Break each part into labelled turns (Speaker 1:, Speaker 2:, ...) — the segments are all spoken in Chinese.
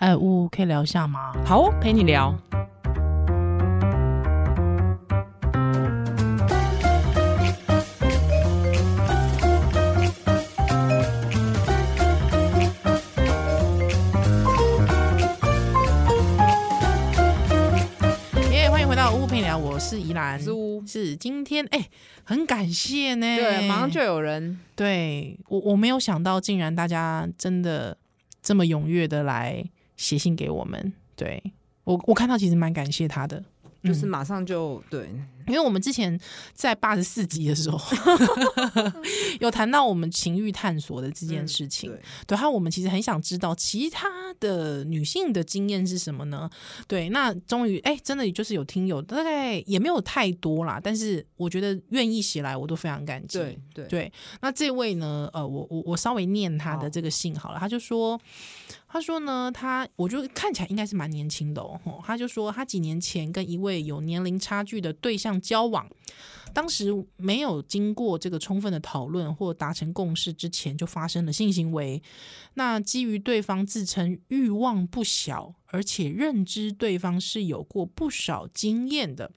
Speaker 1: 哎，呜，可以聊一下吗？
Speaker 2: 好哦，陪你聊。
Speaker 1: 耶、欢迎回到呜呜陪你聊，我是怡兰，
Speaker 2: 租哎
Speaker 1: 是今天哎、很感谢呢，
Speaker 2: 对，马上就有人
Speaker 1: 对我我没有想到，竟然大家真的这么踊跃的来写信给我们，对我我看到其实蛮感谢他的，嗯
Speaker 2: 就是马上就对，
Speaker 1: 因为我们之前在八十四集的时候 有谈到我们情欲探索的这件事情，
Speaker 2: 对
Speaker 1: 对，还有我们其实很想知道其他的女性的经验是什么呢？对，那终于哎，真的就是有听友，大概也没有太多啦，但是我觉得愿意写来，我都非常感激。
Speaker 2: 对对
Speaker 1: 对那这位呢，呃，我我我稍微念他的这个信好了，他就说，他说呢，他我就看起来应该是蛮年轻的哦，吼他就说他几年前跟一位有年龄差距的对象交往。当时没有经过这个充分的讨论或达成共识之前，就发生了性行为。那基于对方自称欲望不小，而且认知对方是有过不少经验的，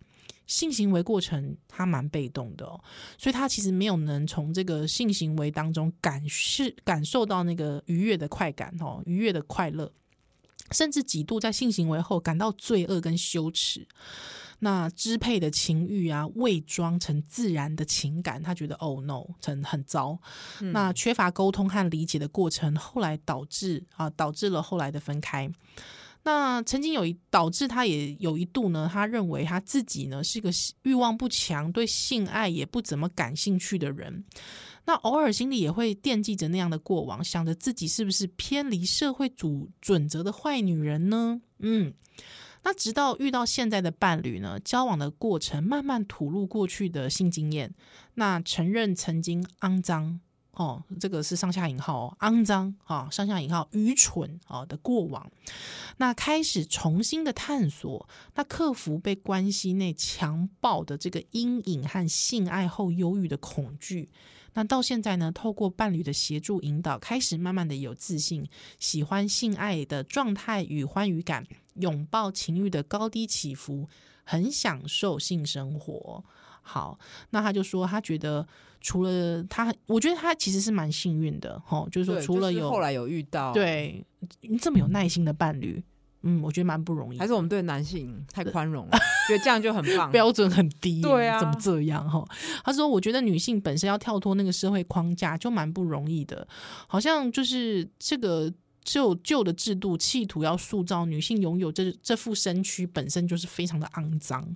Speaker 1: 性行为过程他蛮被动的哦，所以他其实没有能从这个性行为当中感是感受到那个愉悦的快感哦，愉悦的快乐，甚至几度在性行为后感到罪恶跟羞耻。那支配的情欲啊，伪装成自然的情感，他觉得哦 no，很很糟。那缺乏沟通和理解的过程，后来导致啊、导致了后来的分开。那曾经有一导致他也有一度呢，他认为他自己呢是个欲望不强、对性爱也不怎么感兴趣的人。那偶尔心里也会惦记着那样的过往，想着自己是不是偏离社会主准则的坏女人呢？嗯，那直到遇到现在的伴侣呢，交往的过程慢慢吐露过去的性经验，那承认曾经肮脏哦，这个是上下引号哦，肮脏啊、上下引号愚蠢啊、的过往，那开始重新的探索，那克服被关系内强暴的这个阴影和性爱后忧郁的恐惧。那到现在呢，透过伴侣的协助引导，开始慢慢的有自信，喜欢性爱的状态与欢愉感，拥抱情欲的高低起伏，很享受性生活。好，那他就说，他觉得除了他，我觉得他其实是蛮幸运的，吼，就是说
Speaker 2: 对
Speaker 1: 除了
Speaker 2: 就是
Speaker 1: 有
Speaker 2: 后来有遇到，，
Speaker 1: 对你这么有耐心的伴侣，嗯，我觉得蛮不容易的，
Speaker 2: 还是我们对男性太宽容 了，觉得这样就很棒。
Speaker 1: 标准很低耶，
Speaker 2: 对啊
Speaker 1: 怎么这样哈？他说，我觉得女性本身要跳脱那个社会框架就蛮不容易的，好像就是这个。旧旧的制度企图要塑造女性拥有这这副身躯本身就是非常的肮脏。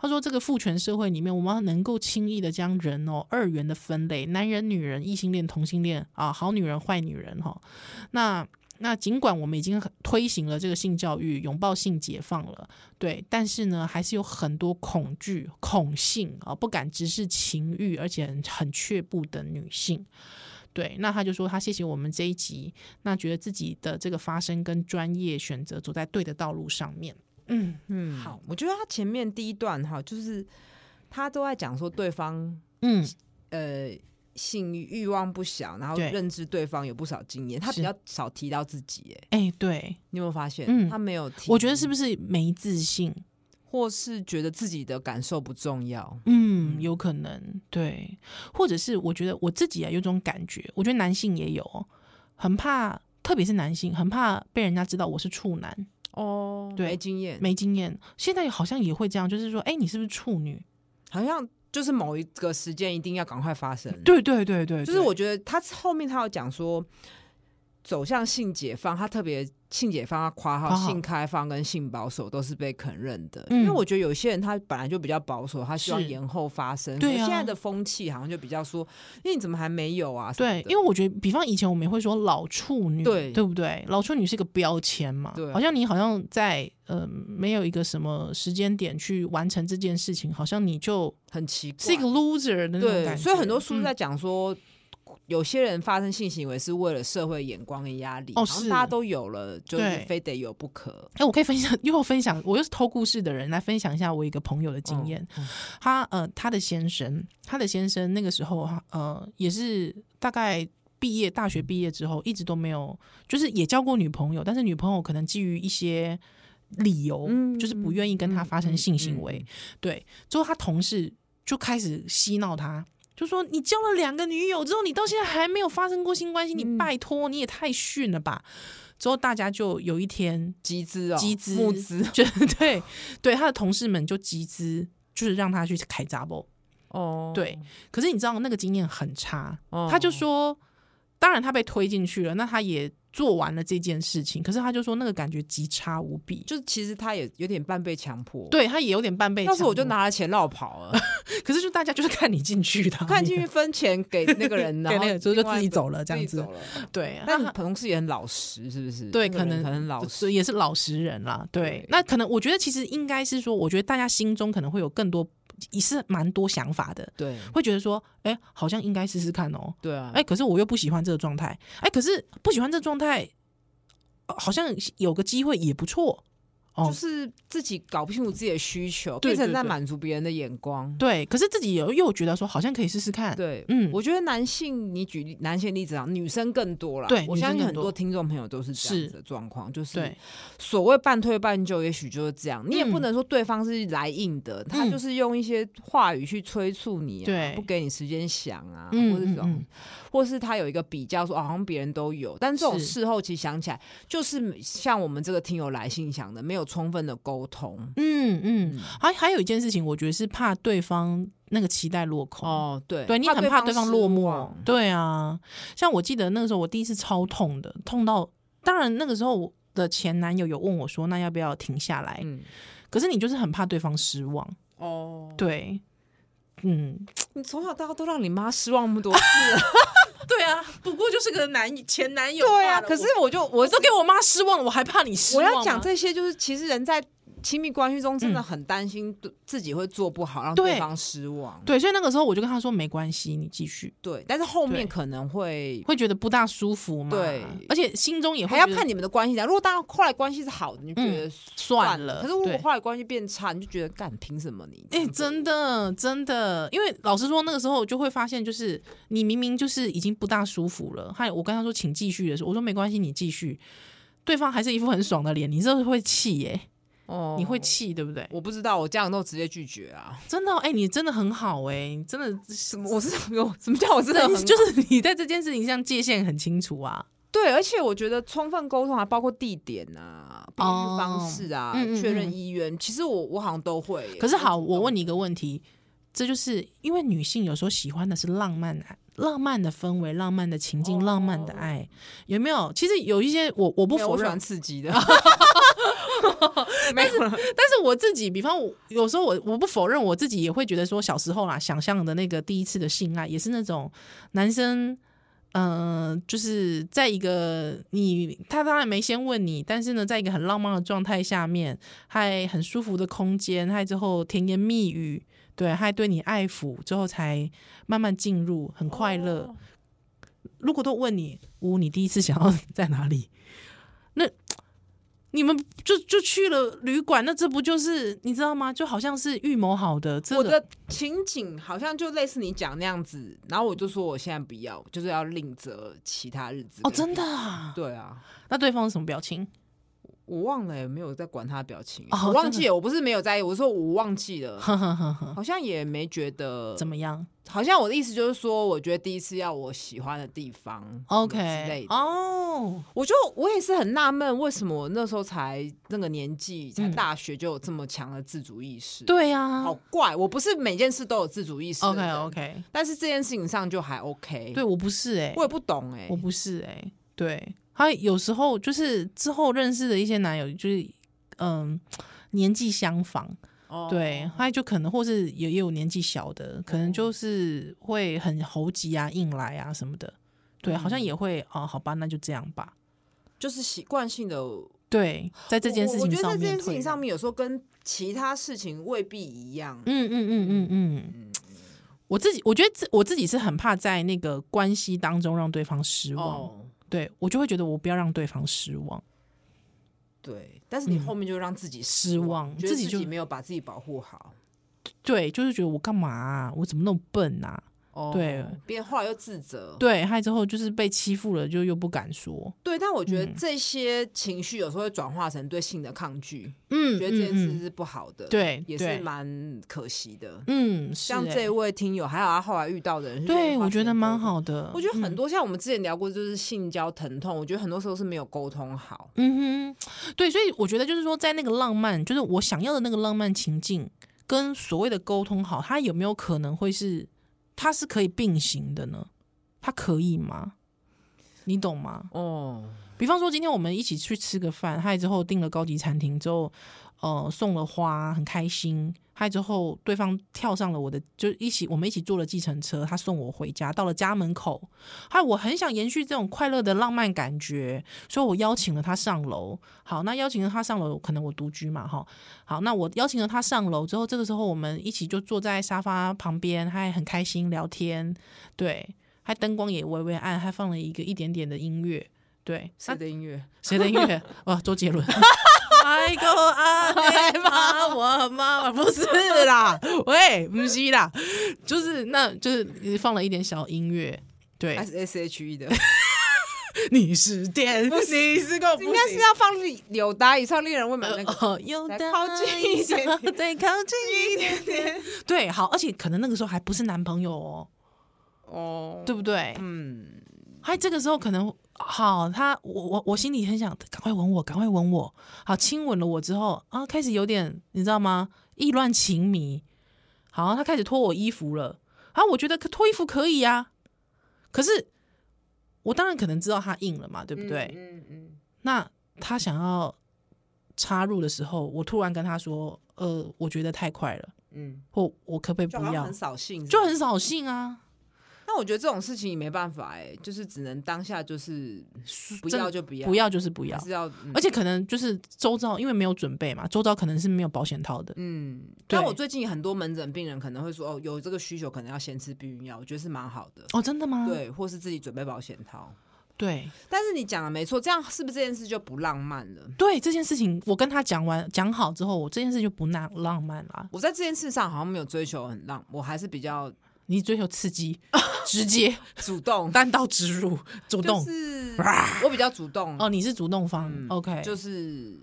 Speaker 1: 他说，这个父权社会里面，我们要能够轻易的将人哦二元的分类，男人、女人、异性恋、同性恋啊，好女人、坏女人哈、那那尽管我们已经很推行了这个性教育，拥抱性解放了，对，但是呢，还是有很多恐惧、恐性啊，不敢直视情欲，而且很很却步的女性。对，那他就说他谢谢我们这一集，那觉得自己的这个发声跟专业选择走在对的道路上面。嗯，
Speaker 2: 嗯，
Speaker 1: 好，
Speaker 2: 我觉得他前面第一段哈，就是他都在讲说对方
Speaker 1: 嗯，
Speaker 2: 呃性欲望不小，然后
Speaker 1: 对
Speaker 2: 认知对方有不少经验，他比
Speaker 1: 是
Speaker 2: 较少提到自己，哎，
Speaker 1: 哎、对，
Speaker 2: 你有没有发现？
Speaker 1: 嗯
Speaker 2: 他没有提，
Speaker 1: 我觉得是不是没自信？
Speaker 2: 或是觉得自己的感受不重要？
Speaker 1: 嗯，有可能，对，或者是我觉得我自己啊有种感觉，我觉得男性也有哦，很怕，特别是男性，很怕被人家知道我是处男。
Speaker 2: 哦，
Speaker 1: 对
Speaker 2: 没经验，
Speaker 1: 没经验，现在好像也会这样，就是说，哎，你是不是处女？
Speaker 2: 好像就是某一个嗯时间一定要赶快发生。，
Speaker 1: 对对对对
Speaker 2: 就是我觉得他后面他有讲说，走向性解放，他特别性解放，他括号
Speaker 1: 括号
Speaker 2: 性开放跟性保守都是被肯认的，
Speaker 1: 嗯
Speaker 2: 因为我觉得有些人他本来就比较保守，他希望
Speaker 1: 是
Speaker 2: 延后发生，
Speaker 1: 对啊
Speaker 2: 可是现在的风气好像就比较说，因为你怎么还没有啊？什么
Speaker 1: 对
Speaker 2: 的，
Speaker 1: 因为我觉得，比方以前我们也会说老处女，
Speaker 2: 对
Speaker 1: 不对？老处女是个标签嘛，
Speaker 2: 对
Speaker 1: 好像你好像在呃没有一个什么时间点去完成这件事情，好像你就
Speaker 2: 很奇怪，
Speaker 1: 是一个 loser 的那种
Speaker 2: 对，
Speaker 1: 感觉。
Speaker 2: 所以很多书
Speaker 1: 嗯
Speaker 2: 在讲说。有些人发生性行为是为了社会眼光跟压力，
Speaker 1: 哦
Speaker 2: 好像
Speaker 1: 是
Speaker 2: 大家都有了，就是
Speaker 1: 对
Speaker 2: 非得有不可。
Speaker 1: 哎、我可以分享，又要分享，我又是偷故事的人，来分享一下我一个朋友的经验。
Speaker 2: 嗯嗯
Speaker 1: 他呃，他的先生，他的先生那个时候呃，也是大概毕业，大学毕业之后，一直都没有，就是也交过女朋友，但是女朋友可能基于一些理由，
Speaker 2: 嗯
Speaker 1: 就是不愿意跟他发生性行为。
Speaker 2: 嗯嗯
Speaker 1: 对，之后他同事就开始嬉闹他。就说你交了两个女友之后，你到现在还没有发生过性关系，你
Speaker 2: 嗯
Speaker 1: 拜托你也太逊了吧！之后大家就有一天
Speaker 2: 集资哦，
Speaker 1: 集资
Speaker 2: 募资
Speaker 1: 就对对，他的同事们就集资，就是让他去开杂包。
Speaker 2: 哦，
Speaker 1: 对，可是你知道那个经验很差，
Speaker 2: 哦
Speaker 1: 他就说，当然他被推进去了，那他也做完了这件事情，可是他就说那个感觉极差无比，
Speaker 2: 就其实他也有点半被强迫。，
Speaker 1: 对他也有点半被。
Speaker 2: 要是我就，拿了钱绕跑了，
Speaker 1: 可是就大家就是看你进去的啊，
Speaker 2: 看进
Speaker 1: 你
Speaker 2: 去分钱给那 个人，然
Speaker 1: 给
Speaker 2: 后
Speaker 1: 那个就就
Speaker 2: 另外
Speaker 1: 自己
Speaker 2: 一个
Speaker 1: 走了这样子
Speaker 2: 自己走了
Speaker 1: 对，
Speaker 2: 但
Speaker 1: 他
Speaker 2: 同事也很老实，是不是？
Speaker 1: 对，
Speaker 2: 那
Speaker 1: 可
Speaker 2: 个人
Speaker 1: 能
Speaker 2: 可能很老
Speaker 1: 就是
Speaker 2: 实。
Speaker 1: 也是老实人啦。对
Speaker 2: 对，
Speaker 1: 那可能我觉得其实应该是说，我觉得大家心中可能会有更多，也是蛮多想法的。
Speaker 2: 对
Speaker 1: 会觉得说，哎、好像应该试试看哦，
Speaker 2: 对啊，
Speaker 1: 哎、可是我又不喜欢这个状态，哎、可是不喜欢这个状态、呃好像有个机会也不错哦。
Speaker 2: 就是自己搞不清楚自己的需求，
Speaker 1: 对
Speaker 2: 变成
Speaker 1: 对
Speaker 2: 在
Speaker 1: 对
Speaker 2: 满足别人的眼光。
Speaker 1: 对，可是自己又又觉得说，好像可以试试看。
Speaker 2: 对，
Speaker 1: 嗯
Speaker 2: 我觉得男性，你举例男性例子啊，女生更多了。
Speaker 1: 对
Speaker 2: 我
Speaker 1: 女生
Speaker 2: 相信
Speaker 1: 更
Speaker 2: 很多
Speaker 1: 多
Speaker 2: 听众朋友都是这
Speaker 1: 是
Speaker 2: 样子的状况，就是
Speaker 1: 对
Speaker 2: 所谓半推半就，也许就是这样。你也不
Speaker 1: 嗯
Speaker 2: 能说对方是来硬的，他
Speaker 1: 嗯
Speaker 2: 就是用一些话语去催促你、啊，
Speaker 1: 对
Speaker 2: 不给你时间想啊，
Speaker 1: 嗯
Speaker 2: 或者这种，
Speaker 1: 嗯嗯
Speaker 2: 或是他有一个比较说，哦好像别人都有，但这种
Speaker 1: 是
Speaker 2: 事后其实想起来，就是像我们这个听友来信想的，没有充分的沟通。
Speaker 1: 嗯嗯，
Speaker 2: 嗯
Speaker 1: 还还有一件事情，我觉得是怕对方那个期待落空。
Speaker 2: 哦，对，
Speaker 1: 对你很怕对方落
Speaker 2: 失
Speaker 1: 寞
Speaker 2: 望，
Speaker 1: 对啊。像我记得那个时候，我第一次超痛的，痛到当然那个时候我的前男友有问我说，那要不要停下来？
Speaker 2: 嗯，
Speaker 1: 可是你就是很怕对方失望，
Speaker 2: 哦，
Speaker 1: 对，嗯，
Speaker 2: 你从小到大都让你妈失望那么多
Speaker 1: 啊
Speaker 2: 次了，
Speaker 1: 对啊，不过就是个男前男友罢了。
Speaker 2: 对啊，可是
Speaker 1: 我
Speaker 2: 我就
Speaker 1: 我
Speaker 2: 我
Speaker 1: 都给我妈失望了，我还怕你失
Speaker 2: 我
Speaker 1: 望吗
Speaker 2: 要讲这些，就是其实人在亲密关系中真的
Speaker 1: 嗯
Speaker 2: 很担心自己会做不好，让对
Speaker 1: 对
Speaker 2: 方失望。
Speaker 1: 对，所以那个时候我就跟他说没关系，你继续，
Speaker 2: 对，但是后面
Speaker 1: 对
Speaker 2: 可能会
Speaker 1: 会觉得不大舒服嘛。
Speaker 2: 对
Speaker 1: 而且心中也会
Speaker 2: 还要
Speaker 1: 觉得嗯
Speaker 2: 看你们的关系啦。如果大家后来关系是好的，你就觉得
Speaker 1: 算
Speaker 2: 了；
Speaker 1: 了，
Speaker 2: 可是如果
Speaker 1: 对
Speaker 2: 后来关系变差，你就觉得干凭什么你？
Speaker 1: 哎、真的真的，因为老实说，那个时候我就会发现，就是你明明就是已经不大舒服了，还有我跟他说请继续的时候，我说没关系，你继续，对方还是一副很爽的脸，你这是会气耶、
Speaker 2: 哦
Speaker 1: 你会气对不对？
Speaker 2: 我不知道，我家人都直接拒绝啊！
Speaker 1: 真的哦，哎、你真的很好哎、你真的
Speaker 2: 什么？我是我什么叫我真的很
Speaker 1: 对就是你 在这件事情上界限很清楚啊。
Speaker 2: 对，而且我觉得充分沟通啊，包括地点啊、避孕方式啊、
Speaker 1: 嗯嗯嗯
Speaker 2: 确认医院，其实我我好像都会耶。
Speaker 1: 可是好，我问
Speaker 2: 你，
Speaker 1: 你一个问题，这就是因为女性有时候喜欢的是浪漫的、浪漫的氛围、浪漫的情
Speaker 2: 哦
Speaker 1: 境、浪漫的爱，有没有？其实有一些我我不
Speaker 2: 没有
Speaker 1: 否
Speaker 2: 我喜
Speaker 1: 认啊
Speaker 2: 欢，刺 激的，没有啦
Speaker 1: 但是我自己，比方我有时候我我不否认，我自己也会觉得说，小时候啦，想象的那个第一次的性爱，也是那种男生。嗯、就是在一个你他当然没先问你，但是呢，在一个很浪漫的状态下面，还很舒服的空间，还之后甜言蜜语，对，还对你爱抚，之后才慢慢进入，很快乐。
Speaker 2: 哦
Speaker 1: 如果都问你，呜，你第一次想要在哪里？那你们就就去了旅馆，那这不就是你知道吗？就好像是预谋好的，这
Speaker 2: 我
Speaker 1: 个
Speaker 2: 的情景好像就类似你讲那样子，然后我就说我现在不要，就是要另择其他日子。
Speaker 1: 哦，真的啊？
Speaker 2: 对啊，
Speaker 1: 那对方是什么表情？
Speaker 2: 我忘了，也没有在管他的表情，
Speaker 1: 哦
Speaker 2: 我忘记了，我不是没有在意，我说我忘记了，
Speaker 1: 呵呵呵呵，
Speaker 2: 好像也没觉得
Speaker 1: 怎么样
Speaker 2: 好像我的意思就是说，我觉得第一次要我喜欢的地方
Speaker 1: ？OK，
Speaker 2: 什嗯么之类的。
Speaker 1: 哦，
Speaker 2: 我就我也是很纳闷，为什么我那时候才那个年纪，才
Speaker 1: 嗯
Speaker 2: 大学就有这么强的自主意识？、
Speaker 1: 对啊呀
Speaker 2: 好怪，我不是每件事都有自主意识的
Speaker 1: ，OK
Speaker 2: 人
Speaker 1: OK，
Speaker 2: 但是这件事情上就还 OK。
Speaker 1: 对，我不是哎、
Speaker 2: 我也不懂哎、
Speaker 1: 我不是哎、对。他有时候就是之后认识的一些男友，就是嗯年纪相仿，
Speaker 2: 哦哦
Speaker 1: 对，他就可能或是也也有年纪小的，可能就是会很猴急啊、硬来啊什么的。对，好
Speaker 2: 嗯
Speaker 1: 像也会啊、好吧，那就这样吧。
Speaker 2: 就是习惯性的
Speaker 1: 对，在这件事
Speaker 2: 我我
Speaker 1: 情
Speaker 2: 觉得
Speaker 1: 上
Speaker 2: 在这
Speaker 1: 面
Speaker 2: 件事
Speaker 1: 退
Speaker 2: 情上
Speaker 1: 让，
Speaker 2: 面，有时候跟其他事情未必一样。
Speaker 1: 嗯嗯嗯嗯嗯，我自己我觉得自我自己是很怕在那个关系当中让对方失望，
Speaker 2: 哦，
Speaker 1: 对我就会觉得我不要让对方失望，
Speaker 2: 对，但是你
Speaker 1: 嗯
Speaker 2: 后面就让自己
Speaker 1: 失望
Speaker 2: 觉得
Speaker 1: 嗯自己
Speaker 2: 自己
Speaker 1: 就
Speaker 2: 没有把自己保护好。
Speaker 1: 对，就是觉得我干嘛啊、我怎么那么笨啊？
Speaker 2: 哦
Speaker 1: 对，
Speaker 2: 别后来又自责。
Speaker 1: 对，害之后就是被欺负了，就又不敢说，
Speaker 2: 对，但我觉得
Speaker 1: 嗯
Speaker 2: 这些情绪有时候会转化成对性的抗拒，
Speaker 1: 嗯，
Speaker 2: 觉得这件事
Speaker 1: 嗯
Speaker 2: 是不好的，
Speaker 1: 对
Speaker 2: 也
Speaker 1: 对
Speaker 2: 是蛮可惜的。
Speaker 1: 嗯，嗯是
Speaker 2: 像
Speaker 1: 欸
Speaker 2: 这位听友，还有他后来遇到的人，
Speaker 1: 对，我觉得蛮
Speaker 2: 好。
Speaker 1: 好的。
Speaker 2: 我觉得
Speaker 1: 嗯
Speaker 2: 很，多像我们之前聊过，就是性交疼痛，我觉得很多时候是没有沟通好。
Speaker 1: 嗯哼，对，所以我觉得就是说，在那个浪漫，就是我想要的那个浪漫情境，跟所谓的沟通好，它有没有可能会是，它是可以并行的呢？它可以吗？你懂吗？
Speaker 2: 哦，
Speaker 1: 比方说，今天我们一起去吃个饭，嗨之后订了高级餐厅之后，呃，送了花，很开心。嗨之后，对方跳上了我的，就一起我们一起坐了计程车，他送我回家，到了家门口，嗨，我很想延续这种快乐的浪漫感觉，所以我邀请了他上楼。好，那邀请了他上楼，可能我独居嘛，哈。好，那我邀请了他上楼之后，这个时候我们一起就坐在沙发旁边，还很开心聊天，对，还灯光也微微暗，还放了一个一点点的音乐。对，
Speaker 2: 谁的音乐？
Speaker 1: 谁的音 乐？哇，周杰伦。爱过阿妹妈，我妈妈不是啦，喂，不是啦，就是那就是放了一点小音乐，对，
Speaker 2: S S H E 的，
Speaker 1: 你是天，你是个不
Speaker 2: 应该是要放柳柳达以上恋人未满那个。
Speaker 1: 呃有
Speaker 2: 再
Speaker 1: 的
Speaker 2: 靠近一点 点
Speaker 1: 再靠近一点点，对，好，而且可能那个时候还不是男朋友哦，
Speaker 2: 哦，
Speaker 1: 对不对？
Speaker 2: 嗯，
Speaker 1: 还这个时候可能好，他我我我心里很想赶快吻我，赶快吻我，好亲吻了我之后啊，开始有点你知道吗？意乱情迷，好，他开始脱我衣服了，啊，我觉得可脱衣服可以呀、可是我当然可能知道他硬了嘛，对不对？
Speaker 2: 嗯嗯，
Speaker 1: 那他想要插入的时候，我突然跟他说，呃，我觉得太快了，
Speaker 2: 嗯，
Speaker 1: 或我可不可以
Speaker 2: 就
Speaker 1: 不
Speaker 2: 好像
Speaker 1: 要
Speaker 2: 很？扫兴，
Speaker 1: 就很。扫兴啊，
Speaker 2: 但我觉得这种事情也没办法哎，就是只能当下就是不
Speaker 1: 真
Speaker 2: 要就不要，
Speaker 1: 不要就是不要
Speaker 2: 还，是要，嗯
Speaker 1: 而且可能就是周遭，因为没有准备嘛，周遭可能是没有保险套的。
Speaker 2: 嗯，
Speaker 1: 对
Speaker 2: 但我最近很多门诊病人可能会说，哦，有这个需求，可能要先吃避孕药，我觉得是蛮好的，
Speaker 1: 哦，真的吗？
Speaker 2: 对，或是自己准备保险套。
Speaker 1: 对
Speaker 2: 但是你讲的没错，这样是不是这件事就不浪漫了？
Speaker 1: 对这件事情我跟他讲完讲好之后，我这件事就不那浪漫啦。
Speaker 2: 我在这件事上好像没有追求很浪，我还是比较
Speaker 1: 你追求刺激，直 接
Speaker 2: 主 动，
Speaker 1: 单刀直入，主动、
Speaker 2: 就是我比较主动
Speaker 1: 哦，你是主动方、
Speaker 2: 嗯
Speaker 1: o k
Speaker 2: 就是。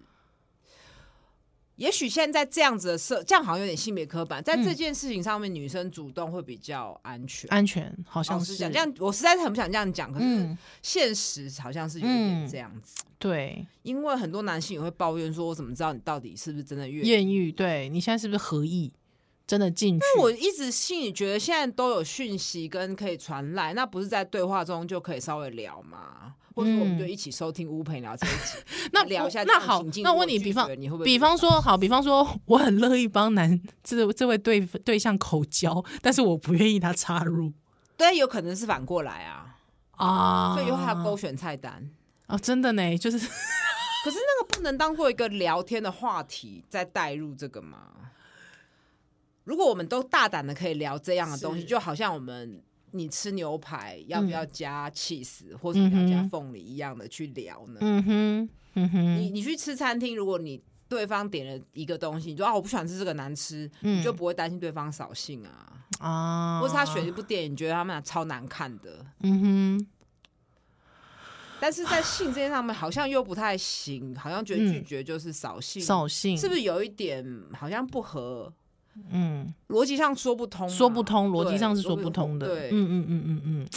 Speaker 2: 也许现在这样子的社，这样好像有点性别刻板，在这
Speaker 1: 嗯
Speaker 2: 件事情上面，女生主动会比较安全。
Speaker 1: 安全，好
Speaker 2: 老
Speaker 1: 像
Speaker 2: 实
Speaker 1: 是
Speaker 2: 讲，这样我实在是很不想这样讲，可是
Speaker 1: 嗯，
Speaker 2: 现实好像是有一点
Speaker 1: 嗯
Speaker 2: 这样子，
Speaker 1: 对，
Speaker 2: 因为很多男性也会抱怨说：“我怎么知道你到底是不是真的越？”因
Speaker 1: 艳遇，对你现在是不是合意？真的进去？
Speaker 2: 为我一直心里觉得现在都有讯息跟可以传来，那不是在对话中就可以稍微聊吗？或者我们
Speaker 1: 嗯
Speaker 2: 就一起收听乌陪聊这一集，
Speaker 1: 那
Speaker 2: 聊一下
Speaker 1: 我
Speaker 2: 这
Speaker 1: 那
Speaker 2: 种
Speaker 1: 好
Speaker 2: 情，境
Speaker 1: 那我
Speaker 2: 如果
Speaker 1: 问你，
Speaker 2: 拒
Speaker 1: 比方
Speaker 2: 绝你会不会
Speaker 1: 比
Speaker 2: 觉得
Speaker 1: 方说好，比方说我很乐意帮男这这位对对象口交，但是我不愿意他插入
Speaker 2: 对，有可能是反过来啊，
Speaker 1: 啊，
Speaker 2: 所以以后还要勾选菜单。
Speaker 1: 哦，真的呢，就是
Speaker 2: 可是那个不能当做一个聊天的话题再带入这个吗？如果我们都大胆的可以聊这样的东西，
Speaker 1: 是
Speaker 2: 就好像我们你吃牛排要不要加 cheese，、或是
Speaker 1: 嗯
Speaker 2: 你
Speaker 1: 哼
Speaker 2: 要加凤梨一样的去聊呢？
Speaker 1: 嗯哼嗯
Speaker 2: 你
Speaker 1: 哼，
Speaker 2: 你去吃餐厅，如果你对方点了一个东西，你说啊我不喜欢吃这个难吃，
Speaker 1: 嗯
Speaker 2: 你就不会担心对方扫兴啊。
Speaker 1: 啊，
Speaker 2: 或是他选一部电影，你觉得他们俩超难看的，
Speaker 1: 嗯哼
Speaker 2: 但是在性这件上面好像又不太行，好像觉得拒绝就是扫兴，
Speaker 1: 扫兴
Speaker 2: 是不是有一点好像不合
Speaker 1: 嗯
Speaker 2: 逻辑上说不通嘛，
Speaker 1: 说不通，逻辑
Speaker 2: 对
Speaker 1: 上是说不通的，
Speaker 2: 对，
Speaker 1: 嗯嗯嗯嗯嗯，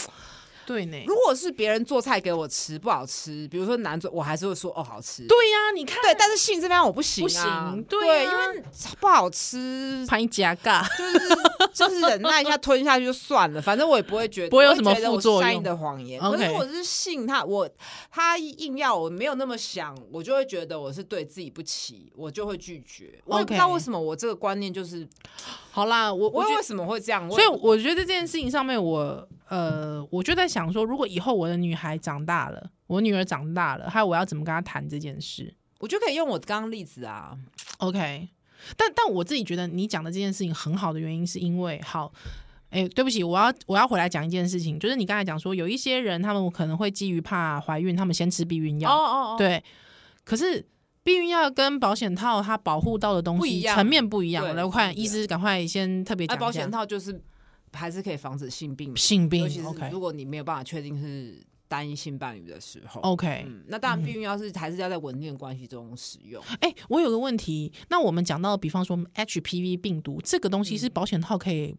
Speaker 1: 对呢，
Speaker 2: 如果是别人做菜给我吃不好吃，比如说难做，我还是会说哦好吃。
Speaker 1: 对呀，你看
Speaker 2: 对，但是性这边我不行、啊，
Speaker 1: 不行对
Speaker 2: 对，
Speaker 1: 啊
Speaker 2: 因为不好吃，
Speaker 1: 拍夹尬，
Speaker 2: 就是就是忍耐一下吞下去就算了，反正我也不会觉得
Speaker 1: 不会有什么
Speaker 2: 觉得我
Speaker 1: 副作
Speaker 2: 善意
Speaker 1: 用
Speaker 2: 的谎言。
Speaker 1: OK
Speaker 2: 可是我是信他，我他硬要我没有那么想，我就会觉得我是对自己不起，我就会拒绝。我也不知道
Speaker 1: OK
Speaker 2: 为什么我这个观念就是，
Speaker 1: 好啦，我我
Speaker 2: 我
Speaker 1: 觉
Speaker 2: 为
Speaker 1: 得。
Speaker 2: 什么会这样？我
Speaker 1: 所以我觉得这件事情上面我，呃，我就在想说，如果以后我的女孩长大了，我女儿长大了，还有我要怎么跟她谈这件事
Speaker 2: 我就可以用我刚刚例子啊，
Speaker 1: ？OK，但但我自己觉得你讲的这件事情很好的原因，是因为好，哎、对不起，我要我要回来讲一件事情，就是你刚才讲说有一些人他们可能会基于怕怀孕，他们先吃避孕药，
Speaker 2: 哦，
Speaker 1: 对，可是避孕药跟保险套它保护到的东
Speaker 2: 不一
Speaker 1: 西
Speaker 2: 样
Speaker 1: 层面不一样，
Speaker 2: 对
Speaker 1: 来
Speaker 2: 不
Speaker 1: 快
Speaker 2: 一
Speaker 1: 医
Speaker 2: 样
Speaker 1: 师赶快先特别
Speaker 2: 哎，
Speaker 1: 讲
Speaker 2: 保
Speaker 1: 一下
Speaker 2: 险套就是还是可以防止性病嘛，
Speaker 1: 性病
Speaker 2: 尤其是
Speaker 1: ，OK
Speaker 2: 如果你没有办法确定是单一性伴侣的时候。
Speaker 1: OK，
Speaker 2: 嗯，那当然，避孕药是还是要在稳定的关系中使用。
Speaker 1: 哎、我有个问题，那我们讲到比方说 HPV 病毒这个东西是保险套可以、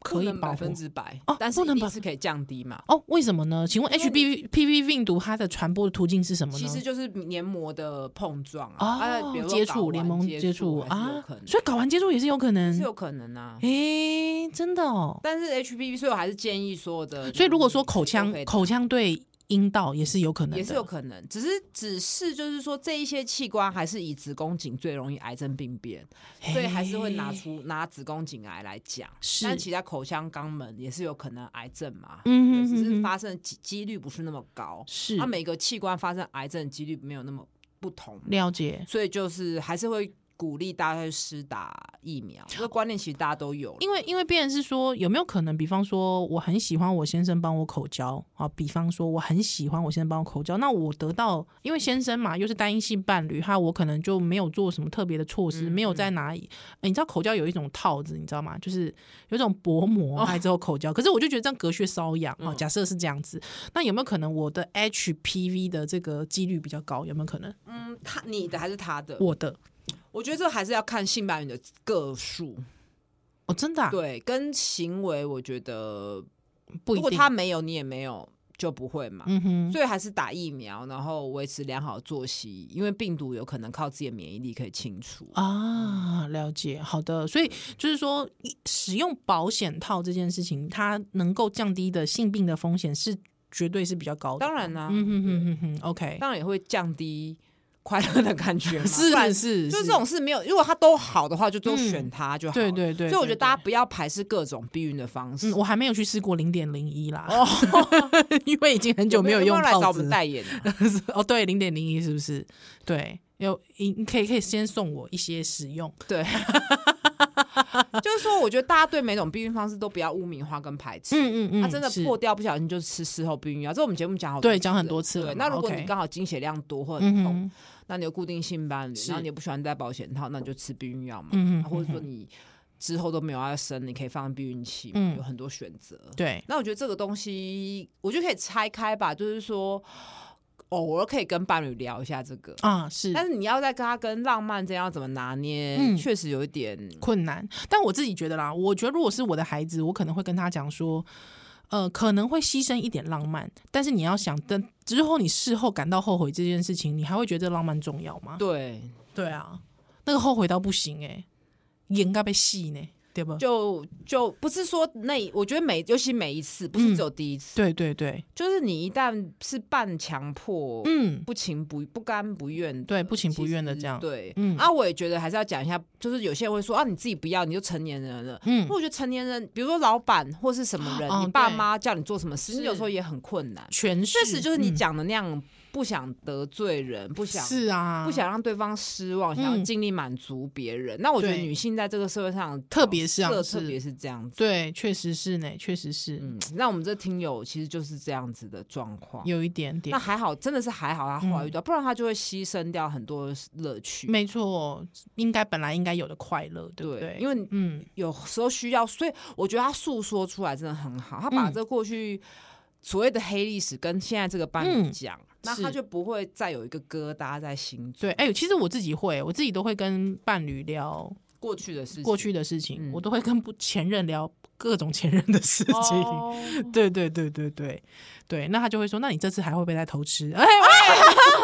Speaker 1: 可以
Speaker 2: 嗯不能
Speaker 1: 保
Speaker 2: 百
Speaker 1: 护
Speaker 2: 分。之百
Speaker 1: 哦，
Speaker 2: 但是
Speaker 1: 不能
Speaker 2: 一定
Speaker 1: 百
Speaker 2: 是可以降低嘛。
Speaker 1: 哦，为什么呢？请问
Speaker 2: 因为你
Speaker 1: HPV HPV 病毒它的传播途径是什么呢？
Speaker 2: 其实就是黏膜的碰撞啊，啊
Speaker 1: 哦
Speaker 2: 比，如说
Speaker 1: 接
Speaker 2: 睾
Speaker 1: 触
Speaker 2: 丸
Speaker 1: 联盟
Speaker 2: 接
Speaker 1: 触
Speaker 2: 还是有
Speaker 1: 啊
Speaker 2: 可，能
Speaker 1: 所以睾丸接触也是有可能
Speaker 2: 是。有可能啊。
Speaker 1: 哎、真的哦。
Speaker 2: 但是 HPV，所以我还是建议嗯所有的，
Speaker 1: 所以如果说口
Speaker 2: 都可
Speaker 1: 腔
Speaker 2: 以
Speaker 1: 口腔对阴道也是有可能的，
Speaker 2: 也是有可能，只是只是就是说这一些器官还是以子宫颈最容易癌症病变，所以还是会拿
Speaker 1: 嘿
Speaker 2: 出拿子宫颈癌来讲。
Speaker 1: 是
Speaker 2: 但其他口腔、肛门也是有可能癌症嘛，
Speaker 1: 嗯
Speaker 2: 对
Speaker 1: 哼
Speaker 2: 只
Speaker 1: 哼
Speaker 2: 是
Speaker 1: 哼
Speaker 2: 发生的几几率不是那么高。
Speaker 1: 是
Speaker 2: 它每个器官发生癌症的几率没有那么不同，
Speaker 1: 了解，
Speaker 2: 所以就是还是会鼓励大家去施打疫苗。这个观念其实大家都有了，
Speaker 1: 因为因为变成是说有没有可能，比方说我很喜欢我先生帮我口交啊，比方说我很喜欢我先生帮我口交，那我得到因为先生嘛又是单一性伴侣，哈，我可能就没有做什么特别的措施，
Speaker 2: 嗯
Speaker 1: 没有在哪里、呃你知道口交有一种套子，你知道吗？就是有一种薄膜，
Speaker 2: 哦
Speaker 1: 还之后口交，可是我就觉得这样隔靴搔痒啊。
Speaker 2: 嗯
Speaker 1: 假设是这样子，那有没有可能我的 HPV 的这个几率比较高？有没有可能
Speaker 2: 嗯，他你的还是他的，我
Speaker 1: 我的？
Speaker 2: 我觉得这还是要看性伴侣的个数，
Speaker 1: 哦，真的、啊，，
Speaker 2: 对，跟行为，我觉得
Speaker 1: 不一
Speaker 2: 如果
Speaker 1: 定。
Speaker 2: 他没有，你也没有，就不会嘛。
Speaker 1: 嗯哼，
Speaker 2: 所以还是打疫苗，然后维持良好的作息，因为病毒有可能靠自己的免疫力可以清除。嗯
Speaker 1: 啊，了解，好的，所以就是说，一使用保险套这件事情，它能够降低的性病的风险是绝对是比较高的。
Speaker 2: 当然啦、
Speaker 1: 嗯哼哼哼哼，OK，
Speaker 2: 当然也会降低快乐的感觉嘛，
Speaker 1: 是
Speaker 2: 不然
Speaker 1: 是，嗯
Speaker 2: 就是这种事没有，如果他都好的话，就都选他就好了、
Speaker 1: 对对对
Speaker 2: 所以我觉
Speaker 1: 对
Speaker 2: 得大家
Speaker 1: 对
Speaker 2: 不要排斥各种避孕的方式。
Speaker 1: 嗯，我还没有去试过零点零一啦，
Speaker 2: 哦，
Speaker 1: 因为已经很久没
Speaker 2: 有
Speaker 1: 用
Speaker 2: 来找
Speaker 1: 套
Speaker 2: 我
Speaker 1: 子
Speaker 2: 们
Speaker 1: 了。
Speaker 2: 代言、啊？
Speaker 1: 哦，对，零点零一是不是？对，有你你可以可以先送我一些使用。
Speaker 2: 对，啊 就是说，我觉得大家对每种避孕方式都不要污名化跟排斥。
Speaker 1: 嗯嗯嗯
Speaker 2: 他、啊真的
Speaker 1: 是
Speaker 2: 破掉，不小心就吃事后避孕药，这我们节目讲好多
Speaker 1: 对
Speaker 2: 次
Speaker 1: 讲很多次了
Speaker 2: 对，
Speaker 1: 嘛
Speaker 2: 那如果
Speaker 1: OK
Speaker 2: 你刚好经血量多或者
Speaker 1: 嗯
Speaker 2: 痛，
Speaker 1: 哼，
Speaker 2: 那你有固定性伴侣，
Speaker 1: 是
Speaker 2: 然后你也不喜欢戴保险套，那你就吃避孕药嘛。啊
Speaker 1: 嗯嗯嗯
Speaker 2: 或者说你之后都没有要生，你可以放避孕器嘛，
Speaker 1: 嗯
Speaker 2: 有很多选择。
Speaker 1: 对，
Speaker 2: 那我觉得这个东西，我就可以拆开吧，就是说，偶尔可以跟伴侣聊一下这个，
Speaker 1: 啊是，
Speaker 2: 但是你要在跟他跟浪漫之间要怎么拿捏，
Speaker 1: 嗯
Speaker 2: 确实有一点
Speaker 1: 困难。但我自己觉得啦，我觉得如果是我的孩子，我可能会跟他讲说，呃，可能会牺牲一点浪漫，但是你要想，等之后你事后感到后悔这件事情，你还会觉得浪漫重要吗？
Speaker 2: 对。
Speaker 1: 对啊，那个后悔到不行哎、应该被戏呢，对不？
Speaker 2: 就就不是说那，我觉得每尤其每一次，不是只有第一次，
Speaker 1: 嗯对对对，
Speaker 2: 就是你一旦是半强迫，
Speaker 1: 嗯，
Speaker 2: 不情不不甘不愿的，
Speaker 1: 对不情不愿的
Speaker 2: 其实
Speaker 1: 这样
Speaker 2: 对，
Speaker 1: 嗯
Speaker 2: 啊，我也觉得还是要讲一下，就是有些人会说啊，你自己不要，你就成年人了。
Speaker 1: 嗯
Speaker 2: 因为我觉得成年人，比如说老板或是什么人，
Speaker 1: 哦
Speaker 2: 你爸
Speaker 1: 对
Speaker 2: 妈叫你做什么事，
Speaker 1: 是
Speaker 2: 你有时候也很困难。
Speaker 1: 全
Speaker 2: 确实就是你
Speaker 1: 嗯
Speaker 2: 讲的那样，不想得罪人，不想
Speaker 1: 是啊，
Speaker 2: 不想让对方失望，想要
Speaker 1: 嗯
Speaker 2: 尽力满足别人。那我觉得
Speaker 1: 对
Speaker 2: 女性在这个社会上，
Speaker 1: 特别是啊是
Speaker 2: 特别是这样子。
Speaker 1: 对，确实是呢，确实是、
Speaker 2: 嗯，那我们这听友其实就是这样子的状况。
Speaker 1: 有一点
Speaker 2: 那
Speaker 1: 点。
Speaker 2: 还好，真的是还好，他后来遇到，不然他就会牺牲掉很多乐趣。
Speaker 1: 没错，应该本来应该有的快乐，对不
Speaker 2: 对
Speaker 1: 对？
Speaker 2: 因为
Speaker 1: 嗯，
Speaker 2: 有时候需要，所以我觉得他诉说出来真的很好，他把
Speaker 1: 嗯
Speaker 2: 这过去所谓的黑历史跟现在这个伴侣
Speaker 1: 嗯
Speaker 2: 讲，那
Speaker 1: 是
Speaker 2: 他就不会再有一个疙瘩在心中。
Speaker 1: 对，哎、其实我自己会，我自己都会跟伴侣聊
Speaker 2: 过去的事情，
Speaker 1: 过去的事情，
Speaker 2: 嗯
Speaker 1: 我都会跟不前任聊各种前任的事情。
Speaker 2: 哦
Speaker 1: 对对对对对对，那他就会说：“那你这次还会不会再偷吃？”哎， 喂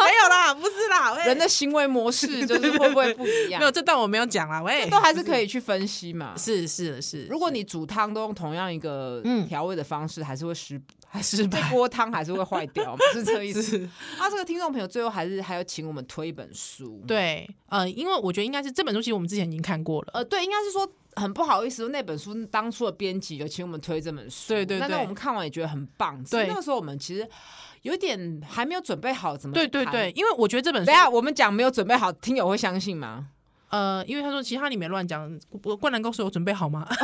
Speaker 1: 没有啦，不是啦，喂
Speaker 2: 人的行为 模式就是会不会不一样
Speaker 1: 没有，这段我没有讲啦，喂，
Speaker 2: 都还是可以去分析嘛。
Speaker 1: 是是是，
Speaker 2: 如果你煮汤都用同样一个
Speaker 1: 嗯
Speaker 2: 调味的方式，还是会 失，
Speaker 1: 还是
Speaker 2: 这
Speaker 1: 吧，
Speaker 2: 锅汤还是会坏 掉嘛，是这个意思。
Speaker 1: 是
Speaker 2: 啊，这个听众朋友最后还是还要请我们推一本书，，
Speaker 1: 对，呃，因为我觉得应该是这本书，其实我们之前已经看过了。
Speaker 2: 呃，对，应该是说很不好意思，那本书当初的编辑有请我们推这本书，
Speaker 1: 对对
Speaker 2: 那
Speaker 1: 对
Speaker 2: 那我们看完也觉得很棒，
Speaker 1: 对
Speaker 2: 对，那个时候我们其实有点还没有准备好怎么
Speaker 1: 对
Speaker 2: 去
Speaker 1: 对
Speaker 2: 谈
Speaker 1: 对，，因为我觉得这本书
Speaker 2: 等一，下我们讲没有准备好，听友会相信吗？
Speaker 1: 呃，因为他说其他你没乱讲，我灌篮高手有准备好吗？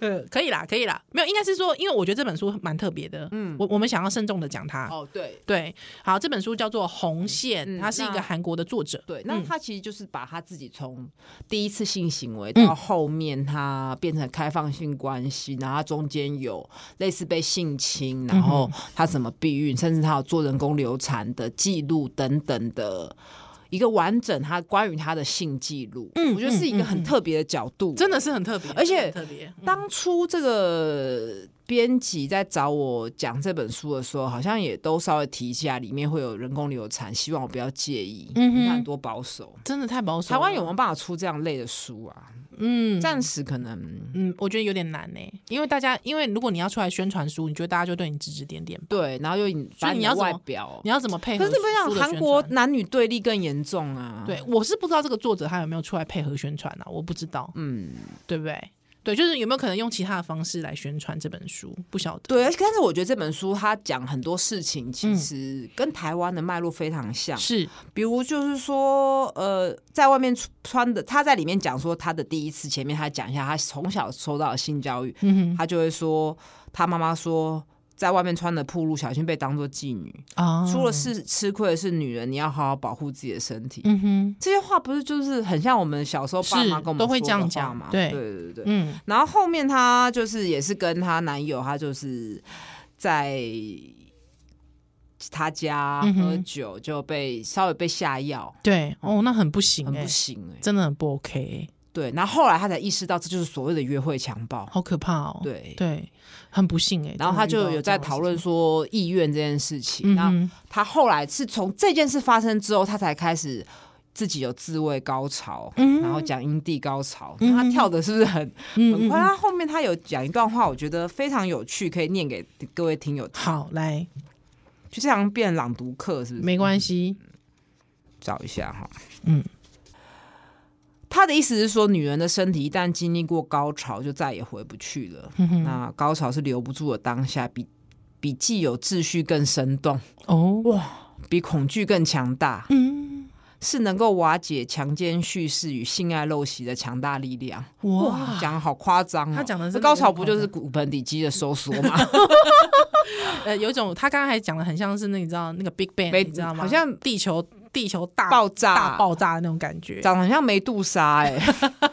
Speaker 1: 呃，可以啦，可以啦，没有，应该是说，因为我觉得这本书蛮特别的，嗯，我我们想要慎重的讲它。
Speaker 2: 哦，对
Speaker 1: 对，好，这本书叫做《红线》，
Speaker 2: 嗯
Speaker 1: 它是一
Speaker 2: 那
Speaker 1: 个韩国的作者，
Speaker 2: 对，那
Speaker 1: 嗯
Speaker 2: 他其实就是把他自己从第一次性行为
Speaker 1: 嗯
Speaker 2: 到后面他变成开放性关系，然后他中间有类似被性侵，然
Speaker 1: 嗯
Speaker 2: 后他怎么避孕，甚至他有做人工流产的记录等等的。一个完整他关于他的性记录，
Speaker 1: 嗯
Speaker 2: 我觉得是一个
Speaker 1: 嗯
Speaker 2: 很
Speaker 1: 嗯
Speaker 2: 特别的角度，
Speaker 1: 真的是很特别，
Speaker 2: 而且
Speaker 1: 很特别。嗯
Speaker 2: 当初这个编辑在找我讲这本书的时候，好像也都稍微提一下里面会有人工流产，希望我不要介意。
Speaker 1: 嗯哼
Speaker 2: 你看多保守，
Speaker 1: 真的太保守了，
Speaker 2: 台湾有没有办法出这样类的书啊？
Speaker 1: 嗯
Speaker 2: 暂时可能
Speaker 1: 嗯，我觉得有点难呢、因为大家，因为如果你要出来宣传书，你觉得大家就对你指指点点吧，
Speaker 2: 对，然后又你
Speaker 1: 所以
Speaker 2: 把
Speaker 1: 你
Speaker 2: 的
Speaker 1: 要怎么
Speaker 2: 外表
Speaker 1: 你，要怎么配合
Speaker 2: 可
Speaker 1: 书
Speaker 2: 是你
Speaker 1: 的宣
Speaker 2: 不
Speaker 1: 传？
Speaker 2: 想韩国嗯男女对立更严重啊？，
Speaker 1: 对，我是不知道这个作者他有没有出来配合宣传啊，我不知道，
Speaker 2: 嗯，
Speaker 1: 对不对？对，就是有没有可能用其他的方式来宣传这本书，不晓得。
Speaker 2: 对，而且但是我觉得这本书它讲很多事情，
Speaker 1: 嗯
Speaker 2: 其实跟台湾的脉络非常像。
Speaker 1: 是，
Speaker 2: 比如就是说，呃，在外面穿的，他在里面讲说他的第一次，前面他讲一下他从小受到的性教育，
Speaker 1: 嗯
Speaker 2: 他就会说他妈妈说。在外面穿的暴露，小心被当做妓女。
Speaker 1: 哼，啊
Speaker 2: 出了，事吃亏的是女人，你要好好保护自己的身体。
Speaker 1: 嗯哼，
Speaker 2: 这些话不是就是很像我们小时候爸妈
Speaker 1: 是
Speaker 2: 跟我们
Speaker 1: 都会
Speaker 2: 说
Speaker 1: 这样
Speaker 2: 的话
Speaker 1: 讲
Speaker 2: 嘛？
Speaker 1: 对
Speaker 2: 对对对。
Speaker 1: 嗯
Speaker 2: 然后后面她就是也是跟她男友，她就是在她家
Speaker 1: 嗯哼
Speaker 2: 喝酒，就被稍微被下药，
Speaker 1: 对，哦，那很不行、欸，
Speaker 2: 很不行哎、
Speaker 1: 真的很不 OK，欸、
Speaker 2: 对，然后后来她才意识到，这就是所谓的约会强暴。
Speaker 1: 好可怕哦。
Speaker 2: 对
Speaker 1: 对，很不幸哎、
Speaker 2: 然后她就有在讨论
Speaker 1: 说，
Speaker 2: 说意愿这件事情。
Speaker 1: 嗯
Speaker 2: 那
Speaker 1: 哼，
Speaker 2: 她后来是从这件事发生之后，她才开始自己有自慰高潮，
Speaker 1: 嗯
Speaker 2: 然后讲阴蒂高潮。
Speaker 1: 嗯
Speaker 2: 她跳的是不是很很
Speaker 1: 嗯嗯
Speaker 2: 快。啊
Speaker 1: 嗯，
Speaker 2: 他后面他有讲一段话，我觉得非常有趣，可以念给各位听友听。
Speaker 1: 好，来，
Speaker 2: 就这样变朗读课是不是？
Speaker 1: 没关系，
Speaker 2: 找一下哈。
Speaker 1: 嗯，
Speaker 2: 他的意思是说，女人的身体一旦经历过高潮，就再也回不去了。
Speaker 1: 嗯哼，
Speaker 2: 那高潮是留不住的当下，比比既有秩序更生动，
Speaker 1: 哦，哇，
Speaker 2: 比恐惧更强大，
Speaker 1: 嗯，
Speaker 2: 是能够瓦解强奸叙事与性爱陋习的强大力量。
Speaker 1: 哇，
Speaker 2: 讲得好夸张、哦！
Speaker 1: 他讲的是
Speaker 2: 这高
Speaker 1: 那
Speaker 2: 潮
Speaker 1: 个
Speaker 2: 不就是骨盆底肌的收缩吗？
Speaker 1: 呃，有一种他刚刚还讲的很像是那你知道那个 Big Bang，
Speaker 2: 没
Speaker 1: 你知道吗？
Speaker 2: 好像
Speaker 1: 地球地球大
Speaker 2: 爆炸
Speaker 1: 大爆炸的那种感觉。
Speaker 2: 长得很像梅杜莎哎、